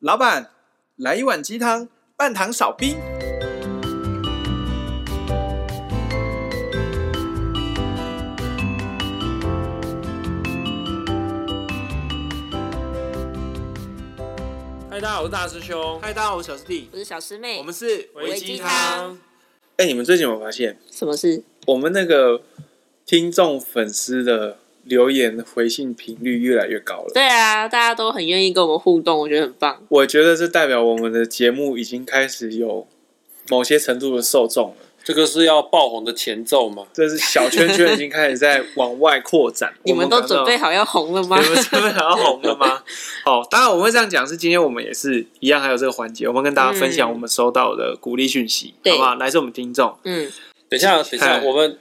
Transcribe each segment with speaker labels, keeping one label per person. Speaker 1: 老板，来一碗鸡汤，半糖少冰。
Speaker 2: 嗨，大家好，我是大师兄。
Speaker 1: 嗨，大家好，我是小师弟，
Speaker 3: 我是小师妹，
Speaker 1: 我们是
Speaker 3: 微鸡汤。
Speaker 1: 哎、你们最近有没有发现，
Speaker 3: 什么事？
Speaker 1: 我们那个听众粉丝的留言回信频率越来越高了？
Speaker 3: 对啊，大家都很愿意跟我们互动，我觉得很棒。
Speaker 1: 我觉得这代表我们的节目已经开始有某些程度的受众了，
Speaker 2: 这个是要爆红的前奏嘛？
Speaker 1: 这是小圈圈已经开始在往外扩展。
Speaker 3: 你们都
Speaker 1: 我感到
Speaker 3: 准备好要红了吗？
Speaker 1: 你们真的想要红了 吗？好，当然我们会这样讲，是今天我们也是一样，还有这个环节，我们跟大家分享
Speaker 3: 嗯
Speaker 1: 我们收到的鼓励讯息，
Speaker 3: 对
Speaker 1: 好不好？来自我们听众，
Speaker 3: 嗯，
Speaker 2: 等一下，等一下，
Speaker 1: 嗨
Speaker 2: 我们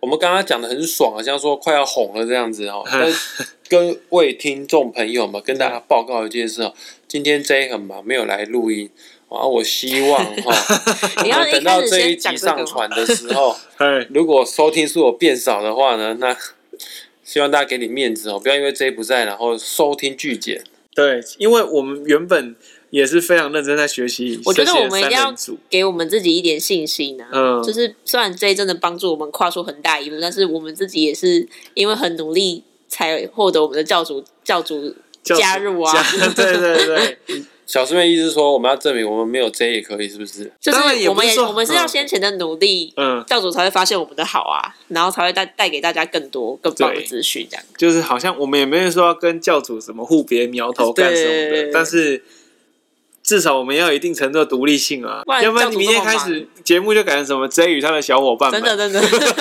Speaker 2: 我们刚刚讲的很爽，好像说快要红了这样子哦。
Speaker 1: 嗨
Speaker 2: 但是跟位听众朋友们跟大家报告一件事哦，今天 J 很忙，没有来录音啊。我希望哈，
Speaker 3: 你
Speaker 2: 我
Speaker 3: 要
Speaker 2: 们
Speaker 3: 一
Speaker 2: 等
Speaker 3: 开
Speaker 2: 到
Speaker 3: 始
Speaker 2: 这一集
Speaker 3: 先讲
Speaker 2: 上
Speaker 3: 个吗
Speaker 2: 传的时候，
Speaker 1: 哎，
Speaker 2: 如果收听数有变少的话呢，那 希望大家给你面子哦，不要因为 J 不在，然后收听巨减。
Speaker 1: 对，因为我们原本也是非常认真在学习，
Speaker 3: 我觉得我们
Speaker 1: 三
Speaker 3: 一定要
Speaker 1: 人组，
Speaker 3: 给我们自己一点信心啊。
Speaker 1: 嗯，
Speaker 3: 就是虽然这一阵的帮助我们跨出很大一步，但是我们自己也是因为很努力才获得我们的教主教主
Speaker 1: 叫
Speaker 3: 加入啊
Speaker 1: 加 对对对，
Speaker 2: 小师妹意思是说，我们要证明我们没有 J 也可以，是不是？
Speaker 3: 就
Speaker 1: 当然也
Speaker 3: 是我
Speaker 1: 不
Speaker 3: 们
Speaker 1: 是
Speaker 3: 也
Speaker 1: 说
Speaker 3: 我们是要先前的努力，
Speaker 1: 嗯，
Speaker 3: 教主才会发现我们的好啊，然后才会带带给大家更多更棒的
Speaker 1: 对
Speaker 3: 资讯这样。
Speaker 1: 就是好像我们也没有说要跟教主什么互别苗头干什么的
Speaker 3: 对，
Speaker 1: 但是。至少我们要有一定程度的独立性啊，
Speaker 3: 不然
Speaker 1: 要不然
Speaker 3: 教
Speaker 1: 你
Speaker 3: 主
Speaker 1: 明天
Speaker 3: 这么
Speaker 1: 开
Speaker 3: 忙
Speaker 1: 始节目就改成什么 J 与他的小伙伴们，
Speaker 3: 真的真的，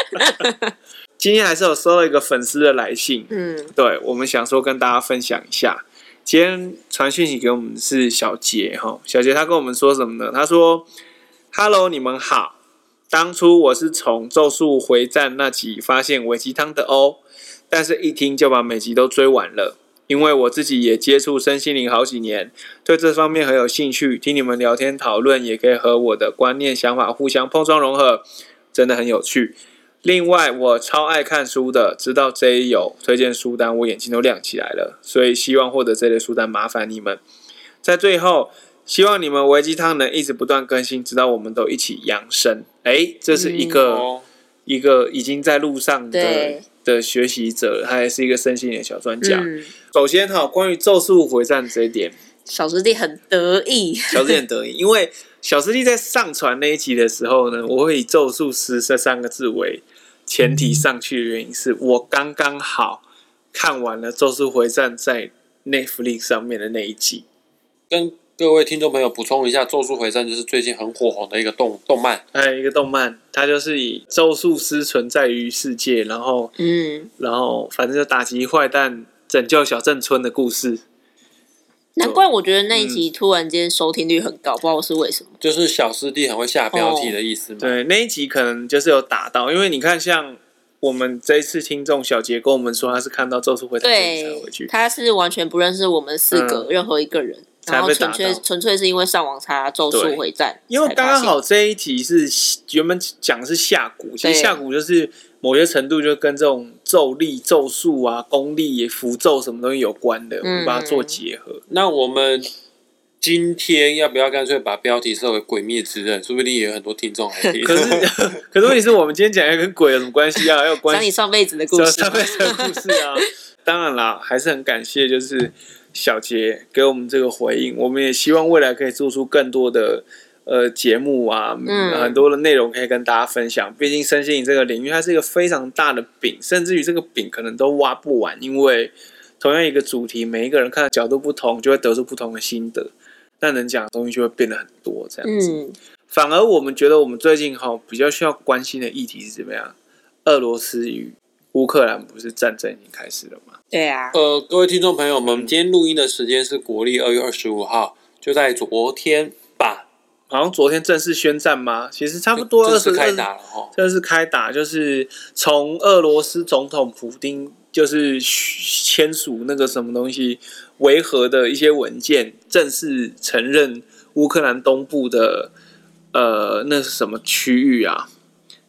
Speaker 1: 今天还是有收到一个粉丝的来信，
Speaker 3: 嗯，
Speaker 1: 对我们想说跟大家分享一下。今天传讯息给我们的是小杰哈，小杰他跟我们说什么呢？他说：“Hello，你们好，当初我是从《咒术回战》那集发现维鸡汤的哦，但是一听就把每集都追完了。”因为我自己也接触身心灵好几年，对这方面很有兴趣，听你们聊天讨论，也可以和我的观念想法互相碰撞融合，真的很有趣。另外，我超爱看书的，知道 J 有推荐书单，我眼睛都亮起来了。所以希望获得这类书单，麻烦你们。在最后，希望你们维鸡汤能一直不断更新，直到我们都一起扬升。哎，这是一个、
Speaker 2: 哦，
Speaker 1: 一个已经在路上的
Speaker 3: 对
Speaker 1: 的学习者，他也是一个身心灵的小专家。
Speaker 3: 嗯
Speaker 1: 首先哈，关于《咒术回战》这一 点，
Speaker 3: 小师弟很得意，
Speaker 1: 小师弟很得意，因为小师弟在上传那一集的时候呢，我会以“咒术师”这三个字为前提上去的原因是，我刚刚好看完了《咒术回战》在 Netflix 上面的那一集。
Speaker 2: 跟各位听众朋友补充一下，《咒术回战》就是最近很火红的一个动动漫，
Speaker 1: 还有一个动漫，它就是以咒术师存在于世界，然后
Speaker 3: 嗯，
Speaker 1: 然后反正就打击坏蛋、拯救小镇村的故事。
Speaker 3: 难怪我觉得那一
Speaker 1: 嗯
Speaker 3: 集突然间收听率很高，不知道是为什么。
Speaker 2: 就是小师弟很会下标题的意思嘛。，
Speaker 1: 对，那一集可能就是有打到，因为你看，像我们这一次听众小杰跟我们说，他是看到《咒术回战》这一集才
Speaker 3: 对
Speaker 1: 回去，。
Speaker 3: 他是完全不认识我们四个
Speaker 1: 嗯
Speaker 3: 任何一个人，然后
Speaker 1: 才被打
Speaker 3: 纯粹
Speaker 1: 到
Speaker 3: 纯粹是因为上网查《咒术
Speaker 1: 对
Speaker 3: 回战》，
Speaker 1: 因为刚刚
Speaker 3: 才发现
Speaker 1: 好这一题是原本讲的是下蛊，其实
Speaker 3: 对
Speaker 1: 下蛊就是某些程度就跟这种咒力、咒术啊、功力、符咒什么东西有关的，我们把它
Speaker 3: 嗯
Speaker 1: 做结合。
Speaker 2: 那我们今天要不要干脆把标题设为《鬼灭之刃》？说不定也有很多听众来 听。
Speaker 1: 可是，可是问题是我们今天讲的跟鬼有什么关系啊？还有关
Speaker 3: 讲
Speaker 1: 系
Speaker 3: 你上辈子的故
Speaker 1: 这
Speaker 3: 事
Speaker 1: 上
Speaker 3: 吗。
Speaker 1: 辈子的故事 啊。当然啦，还是很感谢，就是小杰给我们这个回应。我们也希望未来可以做出更多的呃节目啊，
Speaker 3: 嗯
Speaker 1: 很多的内容可以跟大家分享。毕竟身心灵这个领域，它是一个非常大的饼，甚至于这个饼可能都挖不完，因为同样一个主题，每一个人看的角度不同，就会得出不同的心得。那能讲的东西就会变得很多，这样子。
Speaker 3: 嗯，
Speaker 1: 反而我们觉得我们最近哈比较需要关心的议题是怎么样？俄罗斯与乌克兰不是战争已经开始了吗？
Speaker 3: 对啊，
Speaker 2: 呃，各位听众朋友们，我们今天录音的时间是国历二月二十五号，就在昨天吧，
Speaker 1: 好像昨天正式宣战吗？其实差
Speaker 2: 差
Speaker 1: 不多二十
Speaker 2: 开打了哈。
Speaker 1: 这是开打，就是从俄罗斯总统普丁就是签署那个什么东西维和的一些文件，正式承认乌克兰东部的呃那是什么区域啊？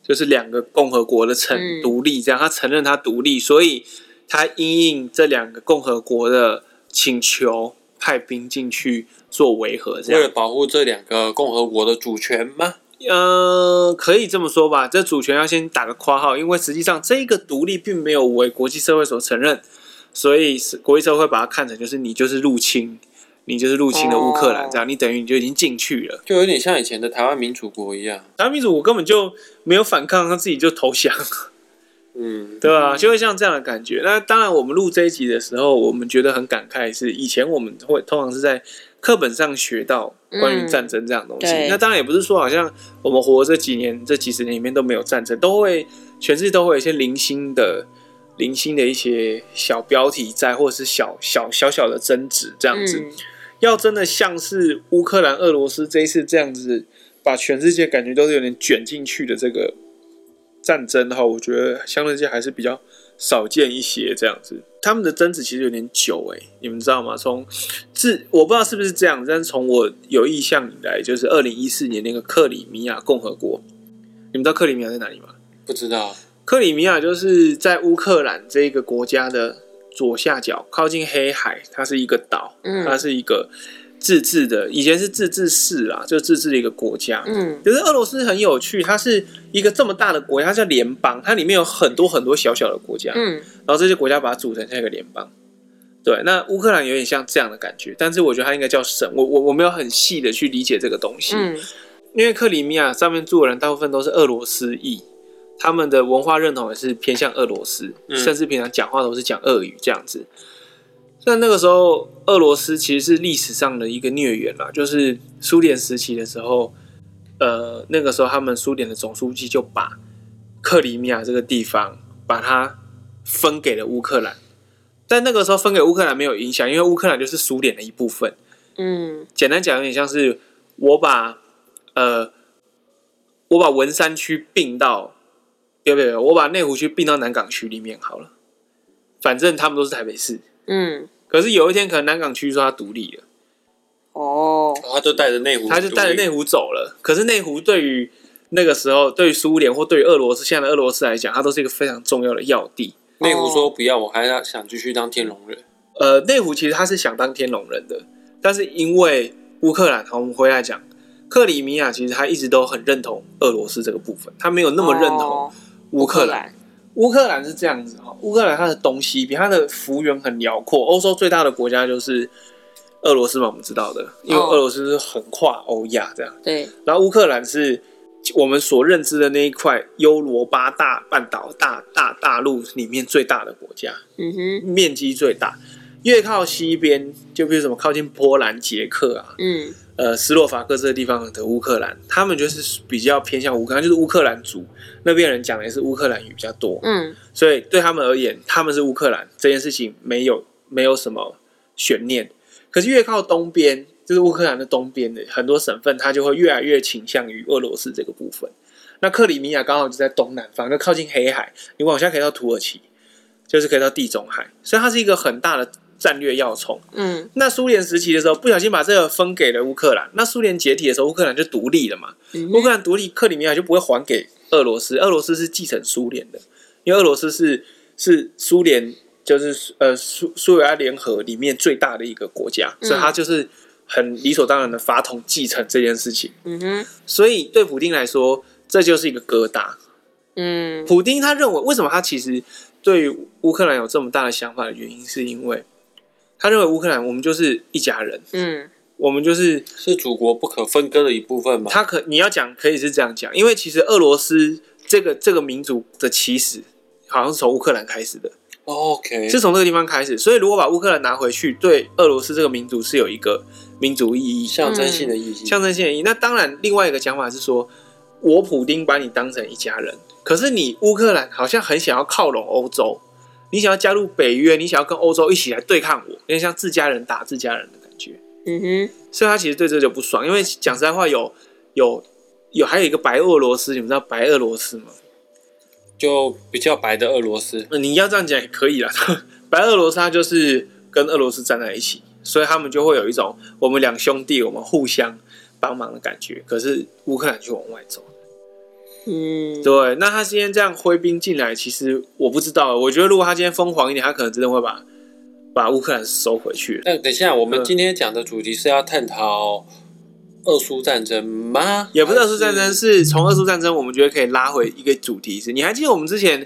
Speaker 1: 就是两个共和国的城
Speaker 3: 嗯
Speaker 1: 独立，这样、他承认他独立，所以他因应这两个共和国的请求，派兵进去做维和，这
Speaker 2: 为了
Speaker 1: 样。
Speaker 2: 保护这两个共和国的主权吗？
Speaker 1: 呃，可以这么说吧，这主权要先打个括号，因为实际上这个独立并没有为国际社会所承认，所以是国际社会把它看成就是你就是入侵，你就是入侵了乌克兰，
Speaker 3: 哦
Speaker 1: 这样你等于你就已经进去了。
Speaker 2: 就有点像以前的台湾民主国一样。
Speaker 1: 台湾民主我根本就没有反抗，他自己就投降。
Speaker 2: 嗯，
Speaker 1: 对啊，就会像这样的感觉。那当然，我们录这一集的时候，我们觉得很感慨，是以前我们会通常是在课本上学到关于战争这样的东西。
Speaker 3: 嗯对
Speaker 1: 那当然也不是说好像我们活这几年、这几十年里面都没有战争，都会全世界都会有一些零星的、零星的一些小标题在，或者是小小小小的争执这样子。
Speaker 3: 嗯，
Speaker 1: 要真的像是乌克兰、俄罗斯这一次这样子，把全世界感觉都是有点卷进去的这个战争的话，我觉得相对界还是比较少见一些这样子。他们的争执其实有点久诶、你们知道吗？从自我不知道是不是这样，但是从我有印象以来，就是二零一四年那个克里米亚共和国，你们知道克里米亚在哪里吗？
Speaker 2: 不知道。
Speaker 1: 克里米亚就是在乌克兰这个国家的左下角，靠近黑海，它是一个岛，
Speaker 3: 嗯
Speaker 1: 它是一个自治的，以前是自治市啦，就自治的一个国家。
Speaker 3: 嗯，
Speaker 1: 可是俄罗斯很有趣，它是一个这么大的国家，它叫联邦，它里面有很多很多小小的国家，
Speaker 3: 嗯，
Speaker 1: 然后这些国家把它组成像一个联邦。对，那乌克兰有点像这样的感觉，但是我觉得它应该叫省。我我我没有很细的去理解这个东西，
Speaker 3: 嗯，
Speaker 1: 因为克里米亚上面住的人大部分都是俄罗斯裔，他们的文化认同也是偏向俄罗斯，
Speaker 2: 嗯
Speaker 1: 甚至平常讲话都是讲俄语这样子。但那个时候，俄罗斯其实是历史上的一个孽缘啦，就是苏联时期的时候，呃，那个时候他们苏联的总书记就把克里米亚这个地方把它分给了乌克兰，但那个时候分给乌克兰没有影响，因为乌克兰就是苏联的一部分。
Speaker 3: 嗯，
Speaker 1: 简单讲，有点像是我把呃，我把文山区并到，对不对？我把内湖区并到南港区里面好了，反正他们都是台北市。
Speaker 3: 嗯，
Speaker 1: 可是有一天，可能南港区说它独立了，
Speaker 3: 哦，
Speaker 2: 哦他就带着内湖，
Speaker 1: 他就带着内湖走了。可是内湖对于那个时候，对于苏联或对于俄罗斯现在的俄罗斯来讲，它都是一个非常重要的要地。
Speaker 2: 内湖
Speaker 1: 哦
Speaker 2: 说不要，我还要想继续当天龙人。
Speaker 1: 呃，内湖其实他是想当天龙人的，但是因为乌克兰，好，我们回来讲，克里米亚其实他一直都很认同俄罗斯这个部分，他没有那么认同
Speaker 3: 哦
Speaker 1: 乌克兰。，乌克兰是这样子哈，乌克兰它的东西比它的幅员很辽阔，欧洲最大的国家就是俄罗斯嘛，我们知道的，因为
Speaker 3: 哦
Speaker 1: 俄罗斯是横跨欧亚这样。
Speaker 3: 对，
Speaker 1: 然后乌克兰是我们所认知的那一块优罗巴大半岛大大大陆里面最大的国家。
Speaker 3: 嗯哼，
Speaker 1: 面积最大，越靠西边，就比如什么靠近波兰、捷克啊，
Speaker 3: 嗯，
Speaker 1: 呃，斯洛伐克这个地方的乌克兰，他们就是比较偏向乌克兰，就是乌克兰族那边人讲的也是乌克兰语比较多，
Speaker 3: 嗯，
Speaker 1: 所以对他们而言，他们是乌克兰这件事情没有没有什么悬念。可是越靠东边，就是乌克兰的东边的很多省份，它就会越来越倾向于俄罗斯这个部分。那克里米亚刚好就在东南方，就靠近黑海，你往下可以到土耳其，就是可以到地中海，所以它是一个很大的战略要冲。
Speaker 3: 嗯，
Speaker 1: 那苏联时期的时候，不小心把这个分给了乌克兰。那苏联解体的时候，乌克兰就独立了嘛。
Speaker 3: 嗯
Speaker 1: 乌克兰独立，克里米亚就不会还给俄罗斯，俄罗斯是继承苏联的，因为俄罗斯是是苏联，就是呃苏苏维埃联合里面最大的一个国家，所以它就是很理所当然的法统继承这件事情。
Speaker 3: 嗯哼，
Speaker 1: 所以对普丁来说，这就是一个疙瘩。
Speaker 3: 嗯，
Speaker 1: 普丁他认为，为什么他其实对于乌克兰有这么大的想法的原因，是因为他认为乌克兰我们就是一家人，
Speaker 3: 嗯，
Speaker 1: 我们就是
Speaker 2: 是祖国不可分割的一部分嘛？
Speaker 1: 他可你要讲可以是这样讲，因为其实俄罗斯这个这个民族的起始好像是从乌克兰开始的，
Speaker 2: OK，
Speaker 1: 是从这个地方开始，所以如果把乌克兰拿回去，对俄罗斯这个民族是有一个民族意义、
Speaker 2: 象征性的意义。
Speaker 1: 象征性的意义。那当然，另外一个讲法是说，我普丁把你当成一家人，可是你乌克兰好像很想要靠拢欧洲，你想要加入北约，你想要跟欧洲一起来对抗我，有点像自家人打自家人的感觉。
Speaker 3: 嗯哼，
Speaker 1: 所以他其实对这就不爽，因为讲实在话有，有有还有一个白俄罗斯，你们知道白俄罗斯吗？
Speaker 2: 就比较白的俄罗斯，
Speaker 1: 呃你要这样讲也可以啦。 白俄罗斯它就是跟俄罗斯站在一起，所以他们就会有一种我们两兄弟，我们互相帮忙的感觉。可是乌克兰就往外走，
Speaker 3: 嗯，
Speaker 1: 对。那他今天这样挥兵进来，其实我不知道。我觉得如果他今天疯狂一点，他可能真的会把把乌克兰收回去了，
Speaker 2: 那等一下，我们
Speaker 1: 嗯
Speaker 2: 今天讲的主题是要探讨俄苏战争吗？
Speaker 1: 也不是
Speaker 2: 还
Speaker 1: 二次战争，，是从二次战争，我们觉得可以拉回一个主题是，你还记得我们之前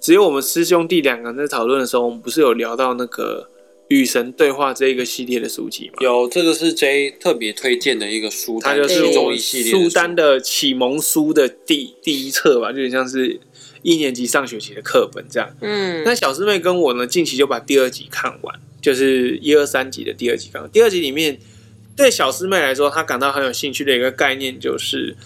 Speaker 1: 只有我们师兄弟两个人在讨论的时候，我们不是有聊到那个与神对话这一个系列的书籍吗？
Speaker 2: 有这个是 J 特别推荐的一个书
Speaker 1: 它
Speaker 2: 单，
Speaker 1: 就是
Speaker 2: 其
Speaker 1: 我
Speaker 2: 中一系列的
Speaker 1: 苏
Speaker 2: 书
Speaker 1: 丹的启蒙书的第第一册吧，就有点像是一年级上学期的课本这样。
Speaker 3: 嗯，
Speaker 1: 那小师妹跟我呢，近期就把第二集看完，就是一二三集的第二集看完。第二集里面，对小师妹来说，她感到很有兴趣的一个概念就是，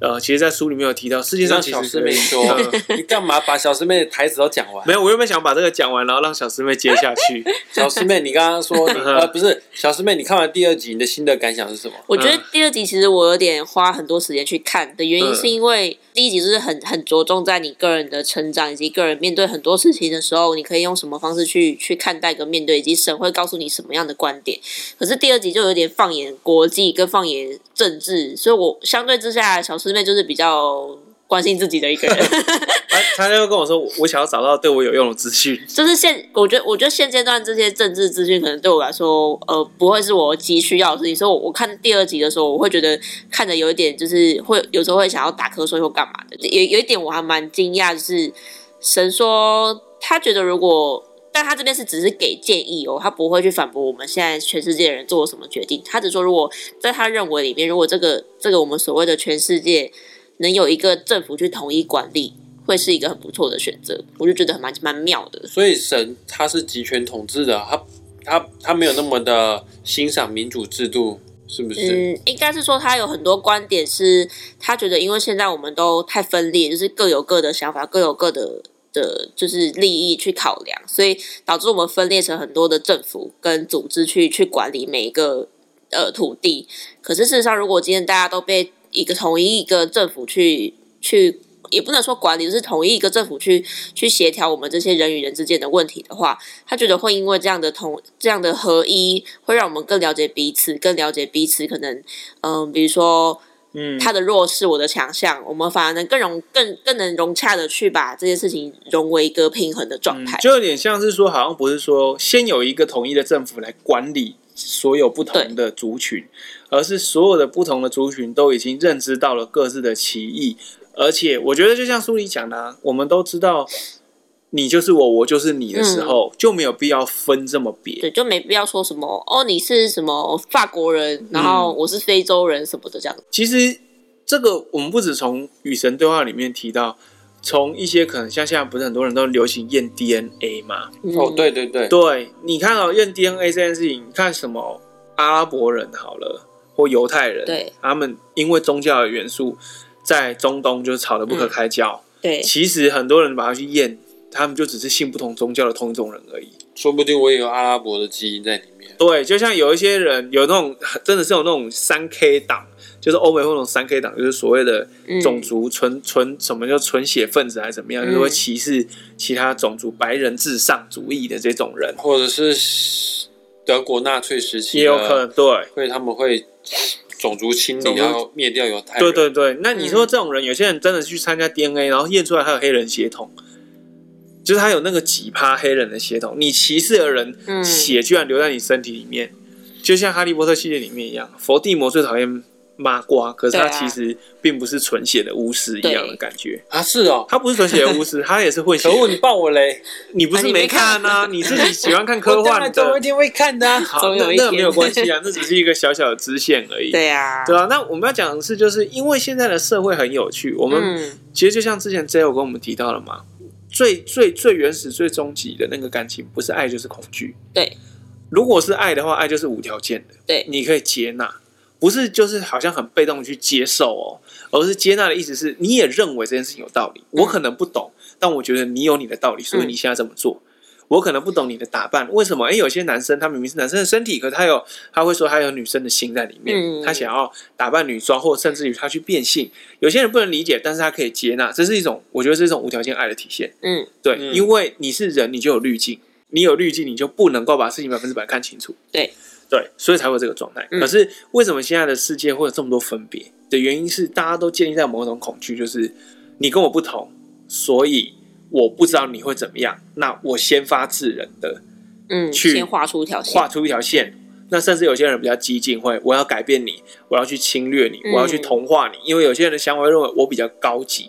Speaker 1: 呃，其实，在书里面有提到，世界上
Speaker 2: 让
Speaker 1: 其
Speaker 2: 小
Speaker 1: 实
Speaker 2: 师
Speaker 1: 可
Speaker 2: 妹
Speaker 1: 以
Speaker 2: 说
Speaker 1: 嗯，
Speaker 2: 你干嘛把小师妹的台词都讲完？
Speaker 1: 没有，我原本想把这个讲完，然后让小师妹接下 去。
Speaker 2: 小师妹，你刚刚说
Speaker 1: 嗯
Speaker 2: 你呃不是小师妹，你看完第二集，你的心得感想是什么？
Speaker 3: 我觉得第二集其实我有点花很多时间去看的原因，
Speaker 1: 嗯
Speaker 3: 是因为第一集就是很很着重在你个人的成长以及个人面对很多事情的时候，你可以用什么方式去去看待跟面对，以及神会告诉你什么样的观点。可是第二集就有点放眼国际跟放眼政治，所以我相对之下，小师妹就是比较关心自己的一个人。
Speaker 1: 她她就跟我说，我我想要找到对我有用的资讯。
Speaker 3: 就是现，我觉得，我觉得现阶段这些政治资讯可能对我来说，呃，不会是我急需要的事情。所以我，我看第二集的时候，我会觉得看着有一点，就是会有时候会想要打瞌睡或干嘛的。有有一点我还蛮惊讶，就是神说他觉得如果，但他这边是只是给建议哦，他不会去反驳我们现在全世界的人做了什么决定。他只说，如果在他认为里面，如果这个这个我们所谓的全世界能有一个政府去统一管理。会是一个很不错的选择，我就觉得很蛮蛮妙的。
Speaker 2: 所以神他是集权统治的，他他他没有那么的欣赏民主制度，是不是？
Speaker 3: 嗯，应该是说他有很多观点是，他觉得因为现在我们都太分裂，就是各有各的想法，各有各的的，就是利益去考量，所以导致我们分裂成很多的政府跟组织去去管理每一个呃土地。可是事实上，如果今天大家都被一个统一一个政府去去。也不能说管理，就是统一一个政府去去协调我们这些人与人之间的问题的话，他觉得会因为这样的同这样的合一，会让我们更了解彼此，更了解彼此可能，嗯、比如说
Speaker 1: 嗯，
Speaker 3: 他的弱势，我的强项，我们反而能更融更更能融洽的去把这件事情融为一个平衡的状态。
Speaker 1: 嗯就有点像是说，好像不是说先有一个统一的政府来管理所有不同的族群，而是所有的不同的族群都已经认知到了各自的歧义，而且我觉得就像书里讲的、啊，我们都知道你就是我，我就是你的时候，就没有必要分这么别。
Speaker 3: 对，就没必要说什么哦，你是什么法国人，然
Speaker 1: 嗯
Speaker 3: 后我是非洲人什么的这样。
Speaker 1: 其实这个我们不止从《与神对话》里面提到，从一些可能像现在不是很多人都流行验 DNA 嘛，
Speaker 3: 嗯、
Speaker 2: 哦，对对对，
Speaker 1: 对，你看哦，验 DNA 这件事情，你看什么阿拉伯人好了，或犹太人，
Speaker 3: 对，
Speaker 1: 他们因为宗教的元素，在中东就是吵得不可开交。
Speaker 3: 嗯对，
Speaker 1: 其实很多人把它去验，他们就只是信不同宗教的同一种人而已。
Speaker 2: 说不定我也有阿拉伯的基因在里面。
Speaker 1: 对，就像有一些人有那种真的是有那种三 K 党，就是欧美会有那种三 K 党，就是所谓的
Speaker 3: 嗯
Speaker 1: 种族纯纯什么叫纯血分子还是怎么样，就是会
Speaker 3: 嗯
Speaker 1: 歧视其他种族白人至上主义的这种人，
Speaker 2: 或者是德国纳粹时期
Speaker 1: 也有可能对。
Speaker 2: 会他们会种族清
Speaker 1: 种
Speaker 2: 理，
Speaker 1: 族
Speaker 2: 然后灭掉犹太人。
Speaker 1: 对对对，那你
Speaker 3: 嗯
Speaker 1: 说这种人，有些人真的去参加 DNA，然后验出来他有黑人血统，就是他有那个几趴黑人的血统，你歧视的人
Speaker 3: 嗯
Speaker 1: 血居然留在你身体里面，就像哈利波特系列里面一样，伏地魔最讨厌麻瓜，可是他
Speaker 3: 对啊
Speaker 1: 其实并不是纯血的巫师一样的感觉。
Speaker 2: 啊，是哦，
Speaker 1: 他不是纯血的巫 师，他也是混血
Speaker 2: 可
Speaker 1: 的。
Speaker 2: 恶，你爆我雷！
Speaker 1: 你不
Speaker 3: 啊
Speaker 1: 是
Speaker 3: 你没
Speaker 1: 没看啊？你自己喜欢看科
Speaker 2: 我当
Speaker 1: 幻
Speaker 2: 然总有一
Speaker 1: 的，
Speaker 2: 天会看的啊。
Speaker 1: 好，
Speaker 3: 总有
Speaker 1: 那
Speaker 3: 一
Speaker 1: 那
Speaker 3: 天
Speaker 1: 没有关系啊， 那只是一个小小的支线而已。
Speaker 3: 对啊，
Speaker 1: 对啊，那我们要讲的是，就是因为现在的社会很有趣，我们
Speaker 3: 嗯
Speaker 1: 其实就像之前 J 有跟我们提到了嘛，最最最原始、最终极的那个感情，不是爱就是恐惧。
Speaker 3: 对，
Speaker 1: 如果是爱的话，爱就是无条件的，
Speaker 3: 对
Speaker 1: 你可以接纳，不是就是好像很被动地去接受哦，而是接纳的意思是你也认为这件事情有道理，
Speaker 3: 嗯
Speaker 1: 我可能不懂，但我觉得你有你的道理，所以你现在这么做。我可能不懂你的打扮，为什么？诶，有些男生他明明是男生的身体，可他有他会说他有女生的心在里面，
Speaker 3: 嗯
Speaker 1: 他想要打扮女装，或甚至于他去变性。有些人不能理解，但是他可以接纳，这是一种我觉得是一种无条件爱的体现。
Speaker 3: 嗯，
Speaker 1: 对，
Speaker 2: 嗯
Speaker 1: 因为你是人，你就有滤镜，你有滤镜，你就不能够把事情百分之百看清楚。
Speaker 3: 对
Speaker 1: 对，所以才会有这个状态。
Speaker 3: 嗯
Speaker 1: 可是为什么现在的世界会有这么多分别的原因是，大家都建立在某种恐惧，就是你跟我不同，所以我不知道你会怎么样，那我先发制人的
Speaker 3: 嗯，
Speaker 1: 去
Speaker 3: 先画出一条线，
Speaker 1: 画出一条线。那甚至有些人比较激进，会我要改变你，我要去侵略你，
Speaker 3: 嗯
Speaker 1: 我要去同化你，因为有些人的想法会认为我比较高级，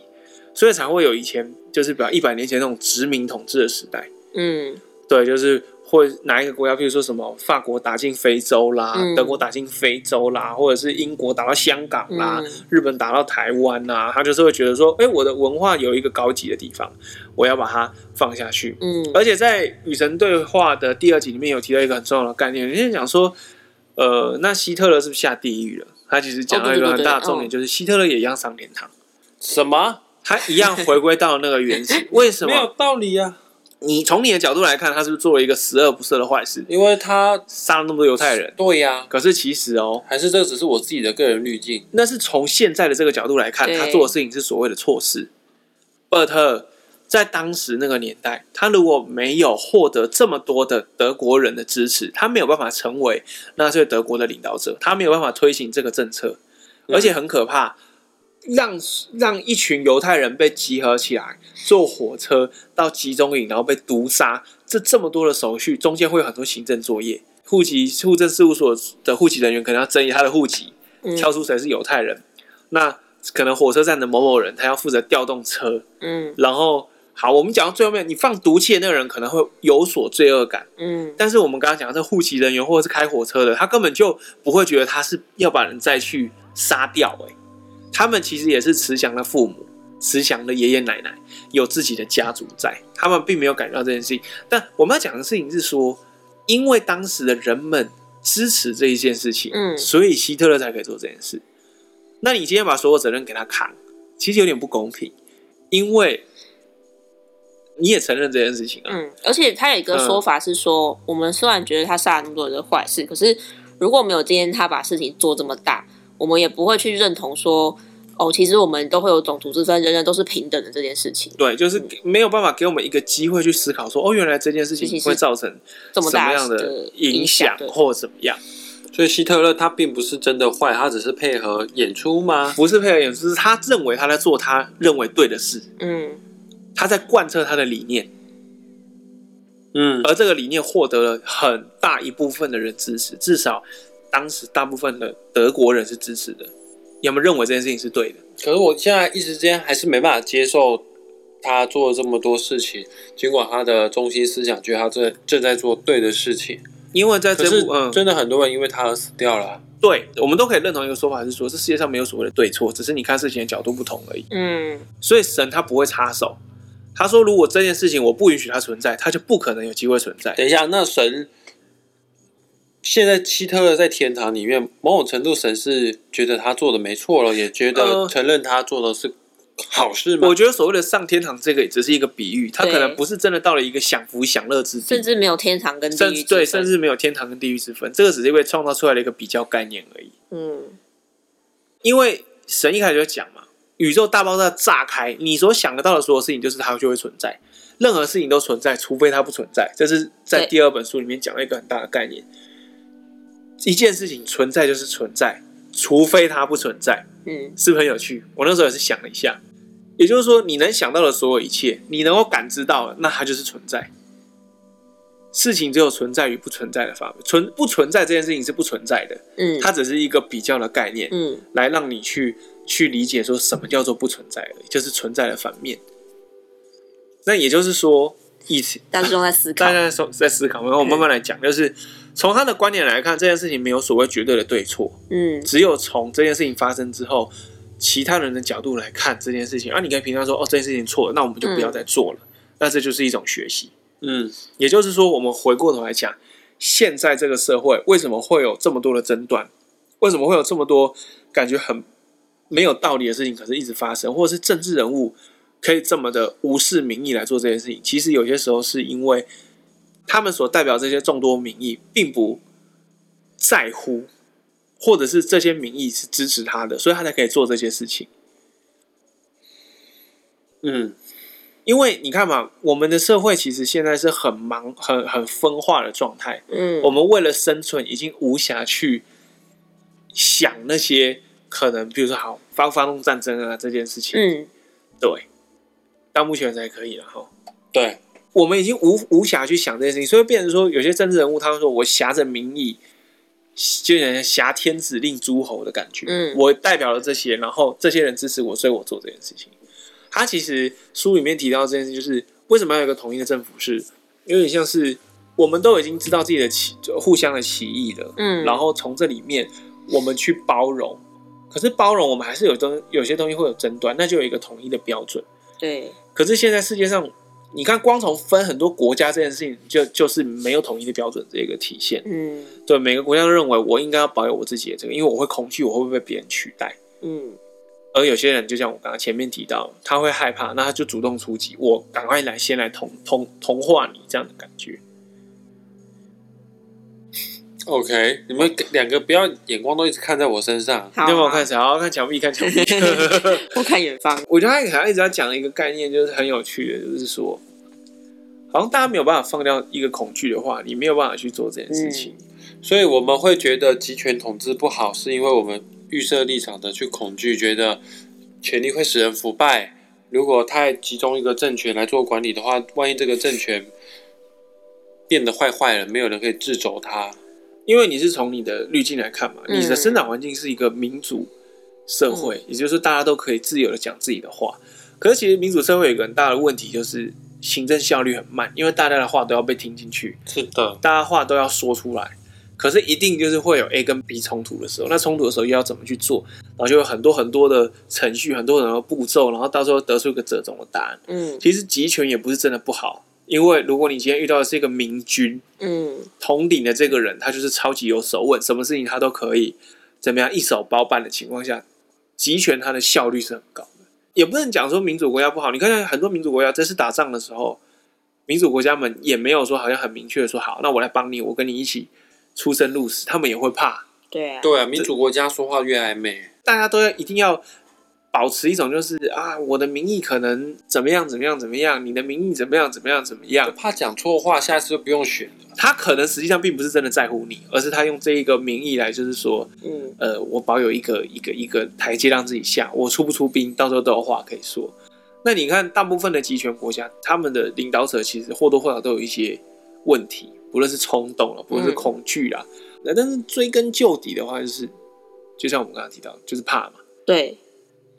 Speaker 1: 所以才会有以前就是比方一百年前那种殖民统治的时代，
Speaker 3: 嗯
Speaker 1: 对，就是或哪一个国家，譬如说什么法国打进非洲啦，
Speaker 3: 嗯
Speaker 1: 德国打进非洲啦，或者是英国打到香港啦，
Speaker 3: 嗯
Speaker 1: 日本打到台湾啦，他就是会觉得说，哎、我的文化有一个高级的地方，我要把它放下去。
Speaker 3: 嗯
Speaker 1: 而且在《与神对话》的第二集里面有提到一个很重要的概念，人家讲说，呃，那希特勒是不是下地狱了？他其实讲到一个
Speaker 3: 哦对对对
Speaker 1: 很大的
Speaker 3: 对
Speaker 1: 重点，就是希特勒也一样上天堂，
Speaker 2: 什么？
Speaker 1: 他一样回归到那个原 始。为什
Speaker 2: 没有
Speaker 1: 么？
Speaker 2: 道理啊！
Speaker 1: 你从你的角度来看，他是不是做了一个十恶不赦的坏事，
Speaker 2: 因为他
Speaker 1: 杀了那么多犹太人？
Speaker 2: 对呀、
Speaker 1: 可是其实哦，
Speaker 2: 还是这只是我自己的个人滤镜。
Speaker 1: 那是从现在的这个角度来看，
Speaker 3: 对
Speaker 1: 他做的事情是所谓的错事。But 呃在当时那个年代，他如果没有获得这么多的德国人的支持，他没有办法成为纳粹德国的领导者，他没有办法推行这个政策，
Speaker 2: 嗯
Speaker 1: 而且很可怕。让让一群犹太人被集合起来，坐火车到集中营，然后被毒杀，这这么多的手续，中间会有很多行政作业，户籍户政事务所的户籍人员可能要争议他的户籍，
Speaker 3: 嗯
Speaker 1: 挑出谁是犹太人。那可能火车站的某某人，他要负责调动车。
Speaker 3: 嗯
Speaker 1: 然后，好，我们讲到最后面，你放毒气的那个人可能会有所罪恶感，
Speaker 3: 嗯
Speaker 1: 但是我们刚刚讲的这护旗人员或者是开火车的，他根本就不会觉得他是要把人再去杀掉、欸。他们其实也是慈祥的父母，慈祥的爷爷奶奶，有自己的家族在，他们并没有感觉到这件事情。但我们要讲的事情是说，因为当时的人们支持这一件事情，
Speaker 3: 嗯
Speaker 1: 所以希特勒才可以做这件事。那你今天把所有责任给他扛，其实有点不公平，因为你也承认这件事情啊。
Speaker 3: 嗯，而且他有一个说法是说，我们虽然觉得他杀了那么多人的坏事，可是如果没有今天他把事情做这么大，我们也不会去认同说，哦，其实我们都会有种族之分，人人都是平等的这件事情，
Speaker 1: 对，就是给没有办法给我们一个机会去思考说，哦，原来这件事
Speaker 3: 事
Speaker 1: 情
Speaker 3: 情是
Speaker 1: 会造成
Speaker 3: 这
Speaker 1: 什
Speaker 3: 大
Speaker 1: 么样
Speaker 3: 的
Speaker 1: 影
Speaker 3: 响，对
Speaker 1: 或怎么样，
Speaker 2: 所以希特勒他并不是真的坏，他只是配合演出吗？
Speaker 1: 不是配合演出，是他认为他在做他认为对的事，
Speaker 3: 嗯
Speaker 1: 他在贯彻他的理念，
Speaker 2: 嗯，
Speaker 1: 而这个理念获得了很大一部分的人支持，至少当时大部分的德国人是支持的，要么认为这件事情是对的。
Speaker 2: 可是我现在一时之间还是没办法接受他做了这么多事情，尽管他的中心思想觉得他正正在做对的事情，
Speaker 1: 因为在
Speaker 2: 可
Speaker 1: 这
Speaker 2: 是
Speaker 1: 部嗯，
Speaker 2: 真的很多人因为他而死掉了啊。
Speaker 1: 对我们都可以认同一个说法是说，这世界上没有所谓的对错，只是你看事情的角度不同而已。
Speaker 3: 嗯
Speaker 1: 所以神他不会插手。他说，如果这件事情我不允许它存在，它就不可能有机会存在。
Speaker 2: 等一下，那神现在希特勒在天堂里面，某种程度神是觉得他做的没错了，也觉
Speaker 1: 呃
Speaker 2: 得承认他做的是好事吗？
Speaker 1: 我觉得所谓的上天堂这个也只是一个比喻，他
Speaker 3: 对
Speaker 1: 可能不是真的到了一个享福享乐之地，
Speaker 3: 甚至没有天堂跟地
Speaker 1: 甚
Speaker 3: 狱之
Speaker 1: 至
Speaker 3: 分，
Speaker 1: 对，甚至没有天堂跟地狱之分，这个只是被创造出来的一个比较概念而已。
Speaker 3: 嗯
Speaker 1: 因为神一开始就讲嘛，宇宙大爆炸炸开，你所想得到的所有事情，就是它就会存在。任何事情都存在，除非它不存在。这是在
Speaker 3: 对
Speaker 1: 第二本书里面讲了一个很大的概念。一件事情存在就是存在，除非它不存在。
Speaker 3: 嗯
Speaker 1: 是不是很有趣？我那时候也是想了一下，也就是说，你能想到的所有一切，你能够感知到的，那它就是存在。事情只有存在与不存在的范围，存不存在这件事情是不存在的，
Speaker 3: 嗯
Speaker 1: 它只是一个比较的概念，
Speaker 3: 嗯
Speaker 1: 来让你去去理解说什么叫做不存在而已，就是存在的反面。那也就是说，以前
Speaker 3: 但是都在思考
Speaker 1: 大，家在思在思考，然后我慢慢来讲，就是从他的观点来看，这件事情没有所谓绝对的对错，
Speaker 3: 嗯
Speaker 1: 只有从这件事情发生之后，其他人的角度来看这件事情，啊，你可以评价说，哦，这件事情错了，那我们就不要再做了。那这就是一种学习。
Speaker 2: 嗯，
Speaker 1: 也就是说，我们回过头来讲，现在这个社会为什么会有这么多的争端？为什么会有这么多感觉很没有道理的事情，可是一直发生，或者是政治人物可以这么的无视民意来做这件事情？其实有些时候是因为他们所代表这些众多民意，并不在乎，或者是这些民意是支持他的，所以他才可以做这些事情。
Speaker 2: 嗯，
Speaker 1: 因为你看嘛，我们的社会其实现在是很忙、很很分化的状态。
Speaker 3: 嗯
Speaker 1: 我们为了生存，已经无暇去想那些可能，比如说好发不发动战争啊这件事情。
Speaker 3: 嗯
Speaker 1: 对，到目前为止还可以了哈。
Speaker 2: 对，
Speaker 1: 我们已经无无暇去想这件事情，所以变成说，有些政治人物他会说我挟着民意，就有点挟天子令诸侯的感觉。
Speaker 3: 嗯
Speaker 1: 我代表了这些，然后这些人支持我，所以我做这件事情。他其实书里面提到这件事，就是为什么要有一个统一的政府是，有点像是我们都已经知道自己的歧，就互相的歧义了，
Speaker 3: 嗯
Speaker 1: 然后从这里面我们去包容。可是包容，我们还是有东有些东西会有争端，那就有一个统一的标准。
Speaker 3: 对，
Speaker 1: 可是现在世界上，你看光从分很多国家这件事情，就就是没有统一的标准这个体现。
Speaker 3: 嗯
Speaker 1: 对，每个国家都认为我应该要保有我自己的这个，因为我会恐惧我会不会被别人取代。
Speaker 3: 嗯
Speaker 1: 而有些人就像我刚刚前面提到，他会害怕，那他就主动出击，我赶快来先来同同同化你这样的感觉。
Speaker 2: OK，你们两个不要眼光都一直看在我身上。
Speaker 3: 好，
Speaker 1: 要不我看谁？好看墙壁，看墙壁。
Speaker 3: 我看远方，
Speaker 1: 我觉得他可能一直要讲一个概念，就是很有趣的，就是说，好像大家没有办法放掉一个恐惧的话，你没有办法去做这件事情。
Speaker 2: 所以我们会觉得集权统治不好，是因为我们预设立场的去恐惧，觉得权力会使人腐败。如果太集中一个政权来做管理的话，万一这个政权变得坏坏了，没有人可以制肘它。
Speaker 1: 因为你是从你的滤镜来看嘛，
Speaker 3: 嗯
Speaker 1: 你的生长环境是一个民主社会，也就是说大家都可以自由的讲自己的话。可是其实民主社会有一个很大的问题，就是行政效率很慢，因为大家的话都要被听进去，
Speaker 2: 是的，
Speaker 1: 大家话都要说出来。可是一定就是会有 A 跟 B 冲突的时候，那冲突的时候又要怎么去做？然后就有很多很多的程序，很多很多的步骤，然后到时候得出一个折中的答案。
Speaker 3: 嗯
Speaker 1: 其实集权也不是真的不好，因为如果你今天遇到的是一个明君，
Speaker 3: 嗯
Speaker 1: 统领的这个人，他就是超级有手腕，什么事情他都可以怎么样一手包办的情况下，集权他的效率是很高的。也不能讲说民主国家不好，你看看很多民主国家，这次打仗的时候，民主国家们也没有说好像很明确的说好，那我来帮你，我跟你一起出生入死，他们也会怕，
Speaker 3: 对啊，
Speaker 2: 对啊，民主国家说话越暧昧。
Speaker 1: 大家都要一定要。保持一种就是啊，我的名义可能怎么样怎么样怎么样，你的名义怎么样怎么样怎么样
Speaker 2: 就，怕讲错话，下次就不用选了。
Speaker 1: 他可能实际上并不是真的在乎你，而是他用这一个名义来，就是说
Speaker 3: 嗯
Speaker 1: 呃，我保有一个一个一个台阶让自己下，我出不出兵，到时候都有话可以说。那你看，大部分的集权国家，他们的领导者其实或多或少都有一些问题，不论是冲动了，不论是恐惧啦。那、但是追根究底的话，就是就像我们刚刚提到，就是怕嘛，
Speaker 3: 对，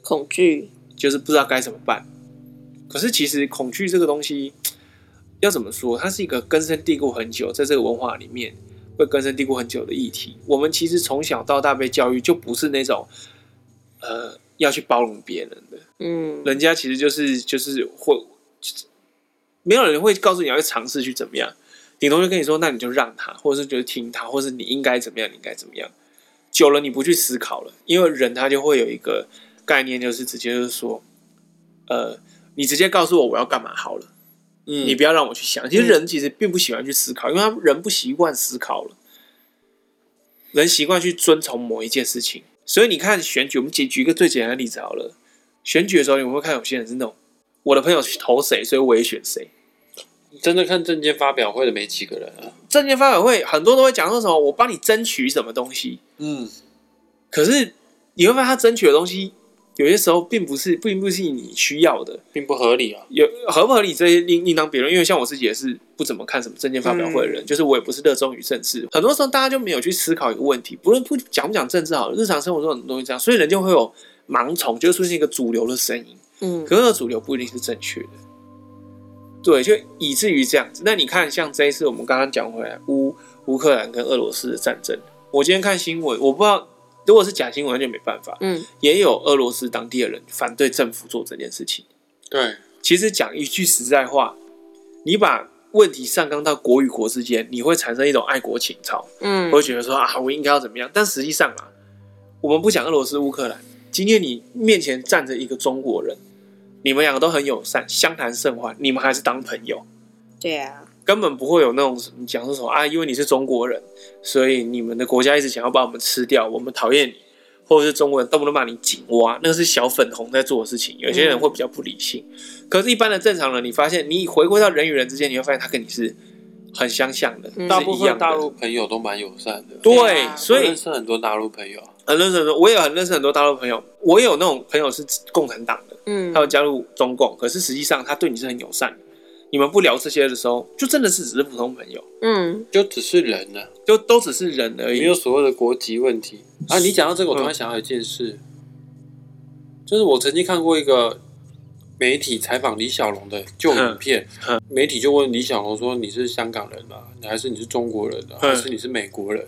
Speaker 3: 恐惧，
Speaker 1: 就是不知道该怎么办。可是其实恐惧这个东西，要怎么说？它是一个根深蒂固很久，在这个文化里面会根深蒂固很久的议题。我们其实从小到大被教育，就不是那种呃要去包容别人的，
Speaker 3: 嗯
Speaker 1: 人家其实就是就是会，就是没有人会告诉你要去尝试去怎么样，顶多就跟你说，那你就让他，或者是觉得听他，或是你应该怎么样，你应该怎么样。久了你不去思考了，因为人他就会有一个概念，就是直接就是说，呃，你直接告诉我我要干嘛好了，
Speaker 2: 嗯
Speaker 1: 你不要让我去想。其实人其实并不喜欢去思考，因为他人不习惯思考了，人习惯去遵从某一件事情。所以你看选举，我们举举一个最简单的例子好了。选举的时候，你会看有些人是那种，我的朋友投谁，所以我也选谁。
Speaker 2: 真的看证件发表会的没几个人啊。
Speaker 1: 证件发表会很多都会讲说什么，我帮你争取什么东西。
Speaker 2: 嗯，
Speaker 1: 可是你会发现，他争取的东西有些时候并不是，并不是你需要的。
Speaker 2: 并不合理啊。
Speaker 1: 有合不合理这些另另当别论，因为像我自己也是不怎么看什么政见发表会的人，就是我也不是热衷于政治，很多时候大家就没有去思考一个问题，不论不讲不讲政治好了，日常生活中很多东西这样，所以人就会有盲从，就会出现一个主流的声音，
Speaker 3: 嗯
Speaker 1: 可是那个主流不一定是正确的，对，就以至于这样子。那你看，像这一次我们刚刚讲回来乌乌克兰跟俄罗斯的战争，我今天看新闻，我不知道如果是假新闻那就没办法，
Speaker 3: 嗯
Speaker 1: 也有俄罗斯当地的人反对政府做这件事情。
Speaker 2: 对，
Speaker 1: 其实讲一句实在话，你把问题上纲到国与国之间，你会产生一种爱国情操，
Speaker 3: 嗯
Speaker 1: 会觉得说啊，我应该要怎么样？但实际上啊，我们不讲俄罗斯、乌克兰，今天你面前站着一个中国人，你们两个都很友善，相谈甚欢，你们还是当朋友，
Speaker 3: 对啊，
Speaker 1: 根本不会有那种什么讲说什么啊，因为你是中国人，所以你们的国家一直想要把我们吃掉，我们讨厌你，或者是中国人动不动骂你井蛙，那个是小粉红在做的事情。有些人会比较不理性，可是，一般的正常人，你发现你回归到人与人之间，你会发现他跟你是很相像的，
Speaker 3: 嗯
Speaker 2: 大
Speaker 1: 是
Speaker 2: 部
Speaker 1: 一样的
Speaker 2: 分大陆嗯朋友都蛮友善的。
Speaker 3: 对
Speaker 1: 对
Speaker 3: 啊，
Speaker 1: 所
Speaker 2: 我
Speaker 1: 以
Speaker 2: 认识很多大陆朋友啊。
Speaker 1: 很认识很多，我也很认识很多大陆朋友，我也有那种朋友是共产党的，
Speaker 3: 嗯
Speaker 1: 他有加入中共，可是实际上他对你是很友善的。你们不聊这些的时候，就真的是只是普通朋友，
Speaker 3: 嗯，
Speaker 2: 就只是人啊呢、
Speaker 1: 就都只是人而
Speaker 2: 没
Speaker 1: 已
Speaker 2: 有。所谓的国籍问题啊。你讲到这个，我突然想到一件事，就是我曾经看过一个媒体采访李小龙的旧影片，
Speaker 1: 嗯
Speaker 2: 媒体就问李小龙说：“你是香港人吗？你还是你是中国人啊？
Speaker 1: 嗯
Speaker 2: 还是你是美国人？”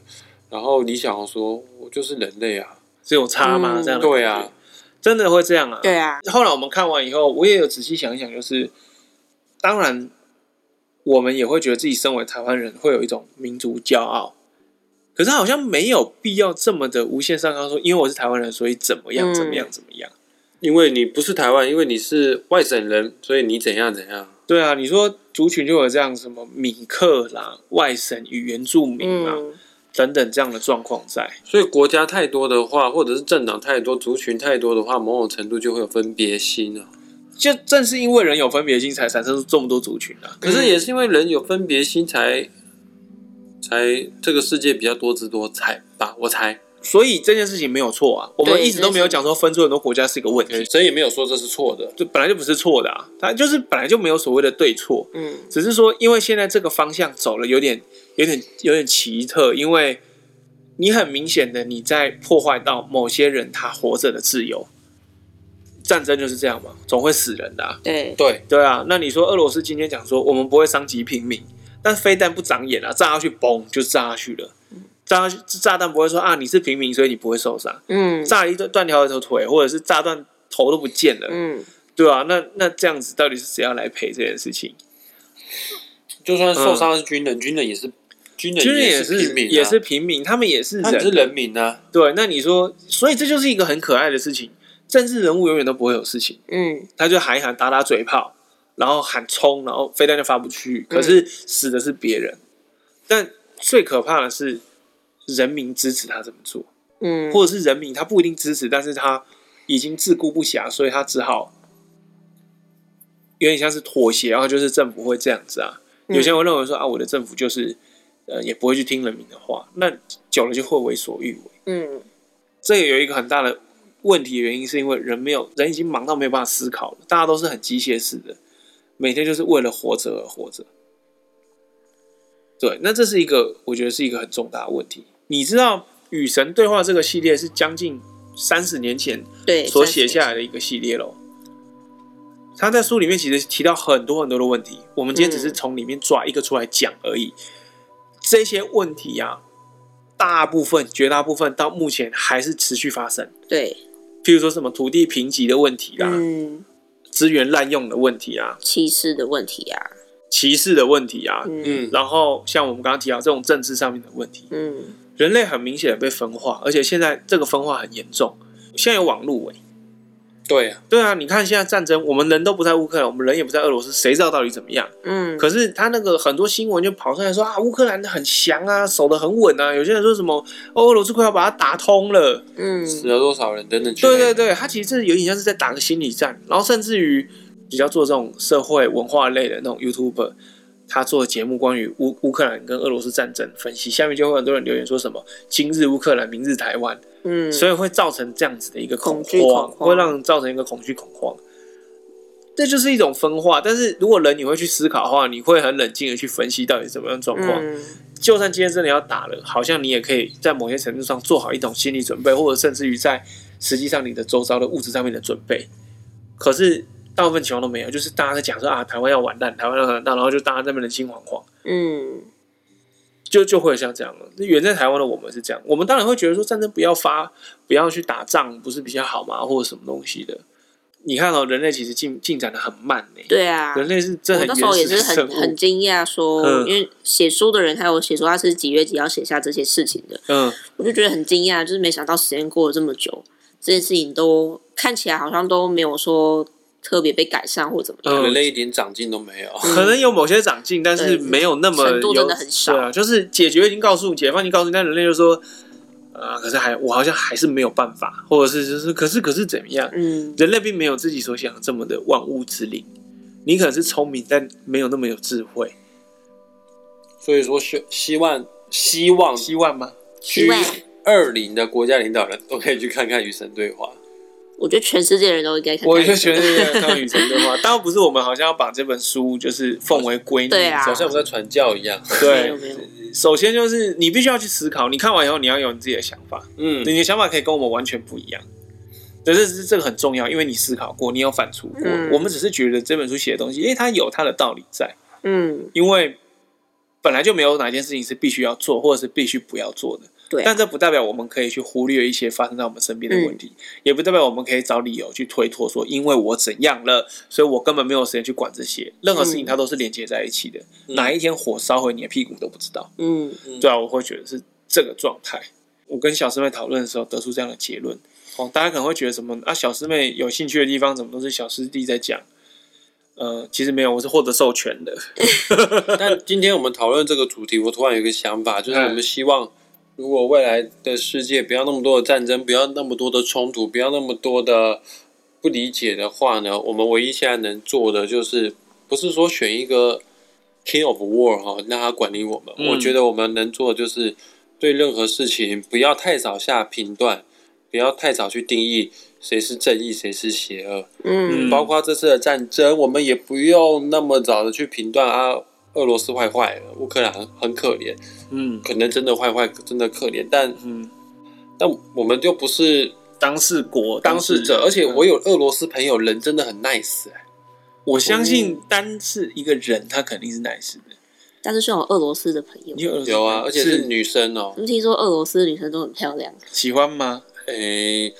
Speaker 2: 然后李小龙说：“我就是人类啊。
Speaker 1: 只有差吗？
Speaker 3: 嗯
Speaker 1: 这”样的
Speaker 2: 对
Speaker 1: 感
Speaker 2: 啊
Speaker 1: 觉，，真的会这样啊。
Speaker 3: 对啊，
Speaker 1: 后来我们看完以后，我也有仔细想一想，就是当然，我们也会觉得自己身为台湾人会有一种民族骄傲，可是好像没有必要这么的无限上纲，说因为我是台湾人，所以怎么样
Speaker 3: 嗯
Speaker 1: 怎么样怎么样。
Speaker 2: 因为你不是台湾，因为你是外省人，所以你怎样怎样。
Speaker 1: 对啊，你说族群就有这样什么米克啦、外省与原住民啊、
Speaker 3: 嗯，
Speaker 1: 等等这样的状况在。
Speaker 2: 所以国家太多的话，或者是政党太多、族群太多的话，某种程度就会有分别心啊。
Speaker 1: 就正是因为人有分别心，才产生出这么多族群啊。
Speaker 2: 可是也是因为人有分别心才，才这个世界比较多姿多彩吧，我猜。
Speaker 1: 所以这件事情没有错啊，我们
Speaker 3: 对
Speaker 1: 一直都没有讲说分出很多国家是一个问题，
Speaker 2: 谁也没有说这是错的。
Speaker 1: 这本来就不是错的啊，它就是本来就没有所谓的对错，
Speaker 3: 嗯，
Speaker 1: 只是说因为现在这个方向走了有点有点有点奇特，因为你很明显的你在破坏到某些人他活着的自由。战争就是这样嘛，总会死人的、啊。
Speaker 3: 对，
Speaker 2: 对，
Speaker 1: 对啊，那你说俄罗斯今天讲说我们不会伤及平民，但飞弹不长眼啊，炸下去嘣就炸下去了，炸下去炸弹不会说啊你是平民所以你不会受伤，
Speaker 3: 嗯
Speaker 1: 炸了一段断掉一条腿或者是炸断头都不见了，
Speaker 3: 嗯，
Speaker 1: 对啊，那那这样子到底是谁要来赔这件事情？
Speaker 2: 就算受伤的是军人，军人也是嗯军人，
Speaker 1: 军人也
Speaker 2: 是平民、啊，
Speaker 1: 也是平民，他们也是
Speaker 2: 他们是
Speaker 1: 人，
Speaker 2: 人民啊。
Speaker 1: 对，那你说，所以这就是一个很可爱的事情，政治人物永远都不会有事情。
Speaker 3: 嗯，
Speaker 1: 他就喊一喊，打打嘴炮，然后喊冲，然后飞弹就发不出去，可是
Speaker 2: 嗯
Speaker 1: 死的是别人。但最可怕的是，人民支持他这么做，
Speaker 3: 嗯，
Speaker 1: 或者是人民他不一定支持，但是他已经自顾不暇，所以他只好有点像是妥协，然后就是政府会这样子啊。有些人会认为说啊，我的政府就是呃也不会去听人民的话，那久了就会为所欲为。
Speaker 3: 嗯，
Speaker 1: 这也有一个很大的问题，原因是因为人没有人已经忙到没有办法思考了，大家都是很机械式的，每天就是为了活着而活着。对，那这是一个我觉得是一个很重大的问题。你知道《与神对话》这个系列是将近三十年前
Speaker 3: 对，
Speaker 1: 所写下来的一个系列喽。他在书里面其实提到很多很多的问题，我们今天只
Speaker 3: 嗯
Speaker 1: 是从里面抓一个出来讲而已。这些问题啊，大部分、绝大部分到目前还是持续发生。
Speaker 3: 对，
Speaker 1: 譬如说什么土地评级的问题啦、
Speaker 3: 嗯，
Speaker 1: 资源滥用的问题啊、
Speaker 3: 歧视的问题啊，
Speaker 1: 歧视的问题啊，
Speaker 3: 嗯
Speaker 2: 嗯，
Speaker 1: 然后像我们刚刚提到这种政治上面的问题，
Speaker 3: 嗯，
Speaker 1: 人类很明显的被分化，而且现在这个分化很严重。现在有网路、欸，
Speaker 2: 对啊，
Speaker 1: 对啊，你看现在战争，我们人都不在乌克兰，我们人也不在俄罗斯，谁知道到底怎么样？
Speaker 3: 嗯，
Speaker 1: 可是他那个很多新闻就跑出来说啊，乌克兰很强啊，守得很稳啊。有些人说什么哦俄罗斯快要把它打通了，
Speaker 3: 嗯，
Speaker 2: 死了多少人等等之类
Speaker 1: 对
Speaker 2: 的。
Speaker 1: 对对，他其实这有点像是在打个心理战。然后甚至于比较做这种社会文化类的那种 YouTuber，他做的节目关于乌乌克兰跟俄罗斯战争分析，下面就会很多人留言说什么“今日乌克兰，明日台湾”，
Speaker 3: 嗯，
Speaker 1: 所以会造成这样子的一个恐
Speaker 3: 恐惧恐
Speaker 1: 慌，
Speaker 3: 慌
Speaker 1: 会让人造成一个恐惧恐慌。这就是一种分化，但是如果人你会去思考的话，你会很冷静的去分析到底怎么样状况。
Speaker 3: 嗯，
Speaker 1: 就算今天真的要打了，好像你也可以在某些程度上做好一种心理准备，或者甚至于在实际上你的周遭的物质上面的准备。可是大部分情况都没有，就是大家在讲说啊，台湾要完蛋，台湾要完蛋，然后就大家在那边人心惶惶。
Speaker 3: 嗯，
Speaker 1: 就就会像这样了。那远在台湾的我们是这样，我们当然会觉得说战争不要发，不要去打仗，不是比较好吗？或者什么东西的？你看哦，人类其实进进展的很慢呢、
Speaker 3: 对啊，
Speaker 1: 人类是真
Speaker 3: 我
Speaker 1: 的
Speaker 3: 那
Speaker 1: 很
Speaker 3: 时候也
Speaker 1: 原始
Speaker 3: 是
Speaker 1: 的生
Speaker 3: 很很
Speaker 1: 物。
Speaker 3: 惊讶，说
Speaker 1: 嗯
Speaker 3: 因为写书的人还有写说他是几月几号写下这些事情的，
Speaker 1: 嗯，
Speaker 3: 我就觉得很惊讶，就是没想到时间过了这么久，这件事情都看起来好像都没有说特别被改善或怎么样。
Speaker 1: 嗯
Speaker 2: 人类一点长进都没有。
Speaker 1: 可能有某些长进，但是
Speaker 3: 对
Speaker 1: 没有那么
Speaker 3: 程度
Speaker 1: 有
Speaker 3: 真的很少
Speaker 1: 对啊，就是解决已经告诉你，解放已经告诉你，但人类就说，啊，可是还我好像还是没有办法，或者是就是可是可是怎么样？
Speaker 3: 嗯
Speaker 1: 人类并没有自己所想的这么的万物之灵。你可能是聪明，但没有那么有智慧。
Speaker 2: 所以说，希希望希望
Speaker 1: 希望吗？
Speaker 3: 希望
Speaker 2: 二零的国家领导人都可以去看看《与神对话》。
Speaker 3: 我觉得全世界人都应该看
Speaker 1: 我
Speaker 3: 看
Speaker 1: 就
Speaker 3: 医
Speaker 1: 觉
Speaker 3: 生。
Speaker 1: 得这个看雨神对话，倒不是我们好像要把这本书就是奉为圭臬，
Speaker 3: 对啊
Speaker 2: 好像我们在传教一样。
Speaker 3: 没
Speaker 1: 对
Speaker 3: 有，没有，
Speaker 1: 首先就是你必须要去思考，你看完以后你要有你自己的想法，
Speaker 2: 嗯，
Speaker 1: 你的想法可以跟我们完全不一样。但是这个很重要，因为你思考过，你有反刍过。
Speaker 3: 嗯
Speaker 1: 我们只是觉得这本书写的东西，因为它有它的道理在，
Speaker 3: 嗯，
Speaker 1: 因为本来就没有哪件事情是必须要做，或者是必须不要做的。
Speaker 3: 对啊
Speaker 1: 但这不代表我们可以去忽略一些发生在我们身边的问题，
Speaker 3: 嗯
Speaker 1: 也不代表我们可以找理由去推脱说，因为我怎样了，所以我根本没有时间去管这些。任何事情
Speaker 3: 嗯
Speaker 1: 它都是连接在一起的，
Speaker 2: 嗯
Speaker 1: 哪一天火烧毁你的屁股都不知道。
Speaker 3: 嗯
Speaker 2: 嗯
Speaker 1: 对啊，我会觉得是这个状态。我跟小师妹讨论的时候得出这样的结论。哦，大家可能会觉得什么啊？小师妹有兴趣的地方怎么都是小师弟在讲？呃，其实没有，我是获得授权的。
Speaker 2: 但今天我们讨论这个主题，我突然有一个想法，就是我们希望，如果未来的世界不要那么多的战争，不要那么多的冲突，不要那么多的不理解的话呢，我们唯一现在能做的就是，不是说选一个 King of War 哈、让他管理我们。
Speaker 1: 嗯
Speaker 2: 我觉得我们能做的就是，对任何事情不要太早下评断，不要太早去定义谁是正义，谁是邪恶。
Speaker 3: 嗯
Speaker 1: 嗯
Speaker 2: 包括这次的战争，我们也不用那么早的去评断啊，俄罗斯坏坏，乌克兰很可怜，
Speaker 1: 嗯
Speaker 2: 可能真的坏坏，真的可怜，但
Speaker 1: 嗯，
Speaker 2: 但我们就不是
Speaker 1: 当事国
Speaker 2: 当事者，而且
Speaker 1: 嗯
Speaker 2: 我有俄罗斯朋友，人真的很 nice，、哎
Speaker 1: 我相信单是一个人，他肯定是 nice 的。
Speaker 3: 但是是有俄罗斯的朋友
Speaker 1: 你，有二十
Speaker 2: 有啊，
Speaker 1: 个
Speaker 2: 而且是
Speaker 1: 是
Speaker 2: 女生哦
Speaker 3: 我，们听说俄罗斯的女生都很漂亮，
Speaker 1: 喜欢吗？
Speaker 2: 诶、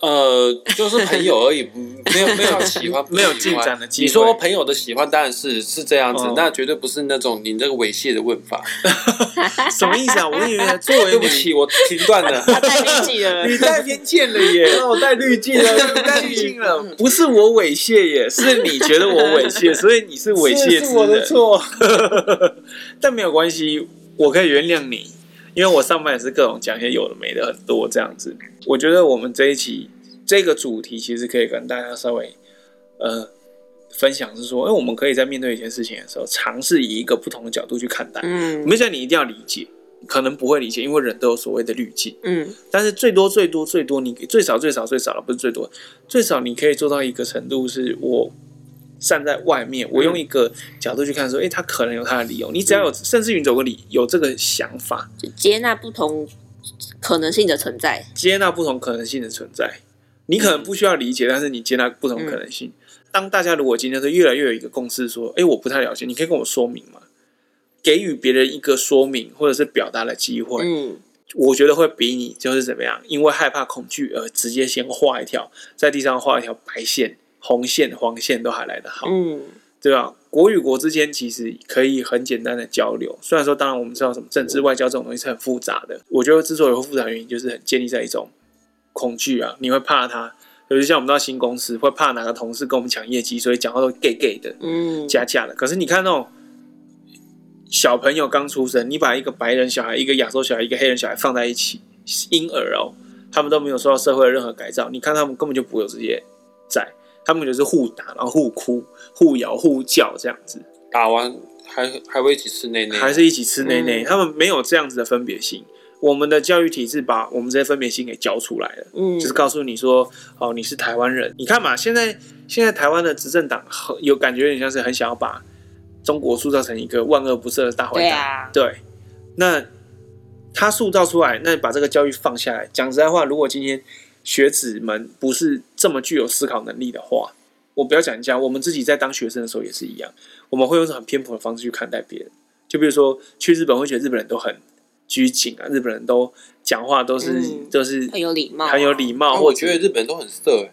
Speaker 2: 呃，就是朋友而已， 嗯没有没有喜欢，
Speaker 1: 没有
Speaker 2: 不喜欢
Speaker 1: 进展的机会
Speaker 2: 你说朋友的喜欢当然是是这样子，
Speaker 1: 哦
Speaker 2: 那绝对不是那种你这个猥亵的 问法。
Speaker 1: 什么意思啊？我以为作 为
Speaker 2: 对不
Speaker 1: 你，
Speaker 2: 起，我停断 了。
Speaker 3: 她太年纪了
Speaker 1: 你带偏见了 耶，让哦我带滤镜了， 你带滤镜了，不是我猥亵耶，是你觉得我猥 亵，所以你是猥亵
Speaker 2: 是
Speaker 1: 之
Speaker 2: 是我的
Speaker 1: 人。错， 但没有关系，我可以原谅你，因为我上班也是各种讲一些有的没的很多这样子。我觉得我们这一期这个主题其实可以跟大家稍微呃分享，是说，哎，我们可以在面对一件事情的时候，尝试以一个不同的角度去看待。
Speaker 3: 嗯
Speaker 1: 没想你一定要理解，可能不会理解，因为人都有所谓的滤镜。
Speaker 3: 嗯
Speaker 1: 但是最多最多最多你，最少最少最少了，不是最多，最少你可以做到一个程度，是我站在外面，我用一个角度去看，说，诶，他可能有他的理由。你只要有，甚至于有个理，有这个想法，
Speaker 3: 就接纳不同可能性的存在，
Speaker 1: 接纳不同可能性的存在，你可能不需要理解，但是你接纳不同可能性。当大家如果今天是越来越有一个共识，说，诶，我不太了解，你可以跟我说明吗？给予别人一个说明或者是表达的机会，
Speaker 3: 嗯
Speaker 1: 我觉得会比你就是怎么样，因为害怕恐惧而直接先画一条在地上画一条白线、红线、黄线都还来得好，
Speaker 3: 嗯
Speaker 1: 对吧？国与国之间其实可以很简单的交流，虽然说当然我们知道什么政治外交这种东西是很复杂的，我觉得之所以会复杂，原因就是很建立在一种恐惧啊，你会怕他，尤其像我们到新公司会怕哪个同事跟我们抢业绩，所以讲话都 gay gay 的，
Speaker 3: 嗯，
Speaker 1: 假假的。可是你看那种小朋友刚出生，你把一个白人小孩、一个亚洲小孩、一个黑人小孩放在一起，婴儿哦，他们都没有受到社会的任何改造，你看他们根本就不会有这些在，他们就是互打，然后互哭、互咬、互叫这样子，
Speaker 2: 打完还还会一起吃内内，
Speaker 1: 还是一起吃内内，
Speaker 3: 嗯
Speaker 1: 他们没有这样子的分别心。我们的教育体制把我们这些分别心给教出来了。
Speaker 3: 嗯
Speaker 1: 就是告诉你说，哦，你是台湾人。你看嘛，现在现在台湾的执政党很有感觉，有点像是很想要把中国塑造成一个万恶不赦的大坏
Speaker 3: 对
Speaker 1: 蛋。
Speaker 3: 啊，
Speaker 1: 对，那他塑造出来，那把这个教育放下来。讲实在话，如果今天学子们不是这么具有思考能力的话，我不要讲人家，我们自己在当学生的时候也是一样，我们会用很偏颇的方式去看待别人。就比如说去日本，会觉得日本人都很拘谨啊，日本人都讲话都是、
Speaker 3: 嗯
Speaker 1: 都是
Speaker 3: 很有礼貌啊，
Speaker 1: 很有礼貌，
Speaker 2: 啊
Speaker 1: 或
Speaker 2: 我
Speaker 1: 者
Speaker 2: 觉得日本人都很色、哎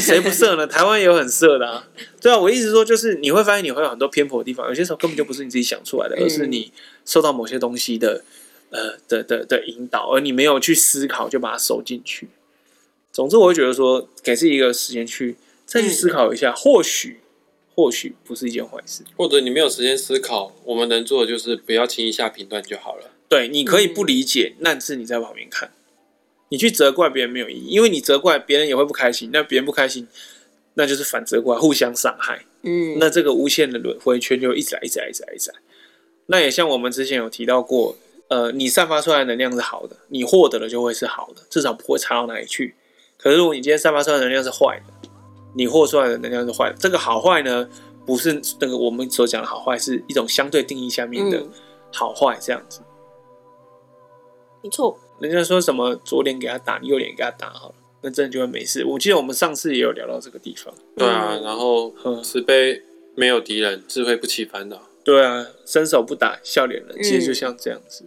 Speaker 1: 谁不色 呢？台湾也有很色的啊。对啊，我意思说就是你会发现你会有很多偏颇的地方，有些时候根本就不是你自己想出来的，
Speaker 3: 嗯
Speaker 1: 而是你受到某些东西的呃的的的引导，而你没有去思考就把它收进去。总之，我会觉得说给自己一个时间去再去思考一下，或许或许不是一件坏事。
Speaker 2: 或者你没有时间思考，我们能做的就是不要轻易下评断就好了。
Speaker 1: 对，你可以不理解，但是你在旁边看，你去责怪别人没有意义，因为你责怪别人也会不开心，那别人不开心，那就是反责怪，互相伤害。
Speaker 3: 嗯，
Speaker 1: 那这个无限的轮回圈就一直来，一直来，一直来，一直来。那也像我们之前有提到过，呃，你散发出来的能量是好的，你获得的就会是好的，至少不会差到哪里去。可是如果你今天散发出来的能量是坏的，你获出来的能量是坏的，这个好坏呢，不是那个我们所讲的好坏，是一种相对定义下面的
Speaker 3: 嗯，
Speaker 1: 好坏这样子。
Speaker 3: 没错，
Speaker 1: 人家说什么左脸给他打，右脸给他打好了，那真的就会没事。我记得我们上次也有聊到这个地方，
Speaker 2: 对啊，
Speaker 3: 嗯
Speaker 2: 然后
Speaker 1: 嗯
Speaker 2: 慈悲没有敌人，智慧不起烦恼。
Speaker 1: 对啊，伸手不打笑脸人，
Speaker 3: 嗯
Speaker 1: 其实就像这样子。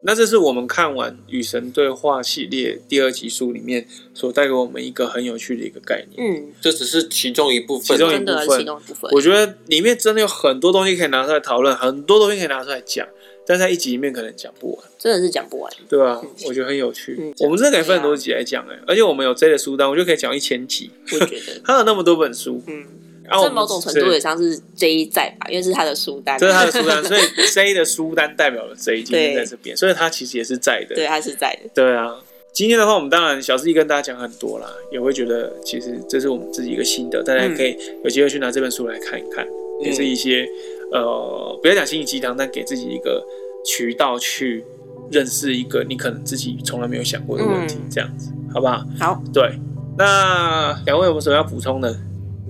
Speaker 1: 那这是我们看完《与神对话》系列第二集书里面所带给我们一个很有趣的一个概念。
Speaker 3: 嗯，
Speaker 2: 这只是其中一部
Speaker 1: 其
Speaker 2: 分啊
Speaker 1: 中一
Speaker 3: 真的
Speaker 1: 部分
Speaker 3: 其中一部分，
Speaker 1: 我觉得里面真的有很多东西可以拿出来讨论，很多东西可以拿出来讲，但在一集里面可能讲不完，
Speaker 3: 真的是讲不完。
Speaker 1: 对吧、我觉得很有趣。
Speaker 3: 嗯
Speaker 1: 我们真的可以分很多集来讲哎、而且我们有这类书单，我就可以讲一千集，
Speaker 3: 我觉 得，
Speaker 1: 它有那么多本书。
Speaker 3: 嗯，
Speaker 1: 然啊后我
Speaker 3: 这
Speaker 1: 们
Speaker 3: 某种程度也像是 J 在吧，因为是他的书单，
Speaker 1: 这是他的书单，所以 J 的书单代表了 J 今天在这边，所以他其实也是在的。
Speaker 3: 对，他是在的，
Speaker 1: 对啊，今天的话，我们当然小四一跟大家讲很多啦，也会觉得其实这是我们自己一个心得，大家可以有机会去拿这本书来看一看，
Speaker 3: 嗯
Speaker 1: 也是一些呃，不要讲心灵鸡汤，但给自己一个渠道去认识一个你可能自己从来没有想过的问题，
Speaker 3: 嗯
Speaker 1: 这样子，好不好？
Speaker 3: 好，
Speaker 1: 对，那两位有没有什么要补充的？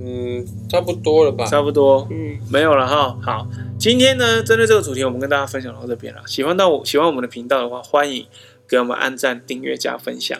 Speaker 2: 嗯，差不多了吧？
Speaker 1: 差不多，
Speaker 3: 嗯，
Speaker 1: 没有了哈。好，今天呢，针对这个主题，我们跟大家分享到这边了。喜欢到我喜欢我们的频道的话，欢迎给我们按赞、订阅、加分享。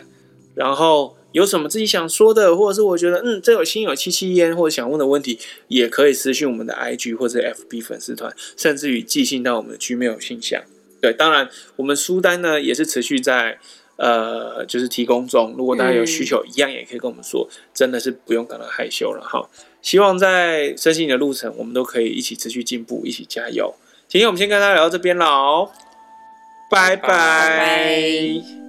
Speaker 1: 然后有什么自己想说的，或者是我觉得嗯，这有心有戚戚焉，或者想问的问题，也可以私信我们的 IG 或者 FB 粉丝团，甚至于寄信到我们的 Gmail 信箱。对，当然我们书单呢也是持续在。呃，就是提供中，如果大家有需求，一样也可以跟我们说，真的是不用感到害羞了哈。希望在身心灵的路程，我们都可以一起持续进步，一起加油。今天我们先跟大家聊到这边了哦，拜
Speaker 2: 拜
Speaker 1: 拜
Speaker 3: 拜